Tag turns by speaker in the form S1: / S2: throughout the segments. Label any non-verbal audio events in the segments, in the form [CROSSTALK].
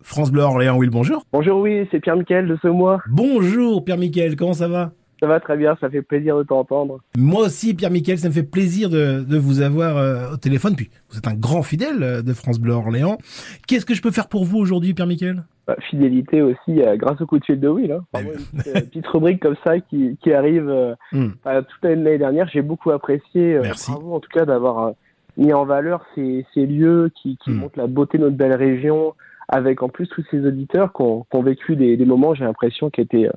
S1: France Bleu Orléans, Will, bonjour.
S2: Bonjour, oui, c'est Pierre-Michel de Saumois.
S1: Bonjour Pierre-Michel, comment ça va
S2: Ça va très bien, ça fait plaisir de t'entendre.
S1: Moi aussi Pierre-Michel, ça me fait plaisir de, de vous avoir euh, au téléphone. Puis vous êtes un grand fidèle euh, de France Bleu Orléans. Qu'est-ce que je peux faire pour vous aujourd'hui Pierre-Michel
S2: Bah, fidélité aussi euh, grâce au coup de fil de Will.
S1: Bah
S2: hein. Vraiment, une petite, euh, petite rubrique comme ça qui, qui arrive euh,
S1: [LAUGHS] Hmm.
S2: à toute l'année dernière. J'ai beaucoup apprécié. euh,
S1: Merci.
S2: bravo, en tout cas d'avoir euh, mis en valeur ces, ces lieux qui, qui
S1: Hmm.
S2: montrent la beauté de notre belle région, avec en plus tous ces auditeurs qui ont, qui ont vécu des, des moments, j'ai l'impression, qui étaient euh,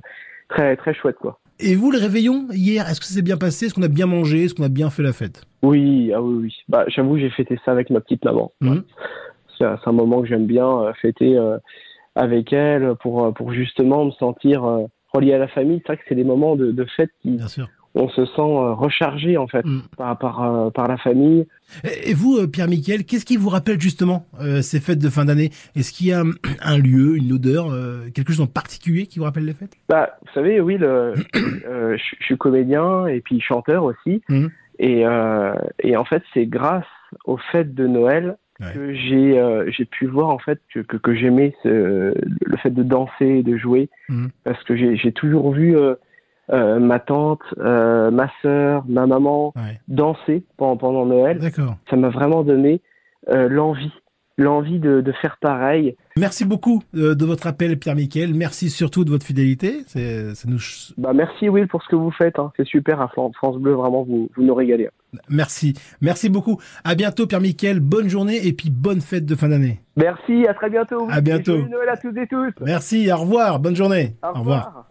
S2: très très chouettes. Quoi.
S1: Et vous, le réveillon, hier, est-ce que ça s'est bien passé Est-ce qu'on a bien mangé Est-ce qu'on a bien fait la fête
S2: Oui, ah oui, oui. Bah, j'avoue, j'ai fêté ça avec ma petite maman.
S1: Mhm.
S2: Ouais. C'est un c'est un moment que j'aime bien euh, fêter euh, avec elle pour, euh, pour justement me sentir euh, relié à la famille. C'est vrai que c'est des moments de, de fête qui
S1: Bien sûr.
S2: on se sent euh, rechargé en fait
S1: Mm.
S2: par, par, euh, par la famille.
S1: Et et vous, euh, Pierre-Michel, qu'est-ce qui vous rappelle justement euh, ces fêtes de fin d'année Est-ce qu'il y a hum, un lieu, une odeur, euh, quelque chose en particulier qui vous rappelle les fêtes
S2: Bah, vous savez,
S1: [CLEARS THROAT]
S2: oui, le, euh, je je suis comédien et puis chanteur aussi.
S1: Mhm.
S2: Et, euh, et en fait, c'est grâce aux fêtes de Noël
S1: Ouais.
S2: que j'ai euh, j'ai pu voir en fait que, que, que j'aimais ce- le fait de danser et de jouer.
S1: Mhm.
S2: Parce que j'ai j'ai toujours vu euh, euh, ma tante, euh, ma sœur, ma maman
S1: Ouais.
S2: danser pendant, pendant Noël.
S1: D'accord.
S2: Ça m'a vraiment donné euh, l'envie, l'envie de, de faire pareil.
S1: Merci beaucoup euh, de votre appel, Pierre-Michel. Merci surtout de votre fidélité. C'est, ça nous ch-
S2: Bah, merci Will pour ce que vous faites, hein. c'est super, hein. Fran- France Bleu, vraiment, vous, vous nous régalez. hein.
S1: Merci. Merci beaucoup. À bientôt, Pierre-Michel. Bonne journée et puis bonne fête de fin d'année.
S2: Merci, à très bientôt. Will.
S1: À bientôt.
S2: Et joyeux Noël à toutes et tous.
S1: Merci. Au revoir. Bonne journée.
S2: Au revoir.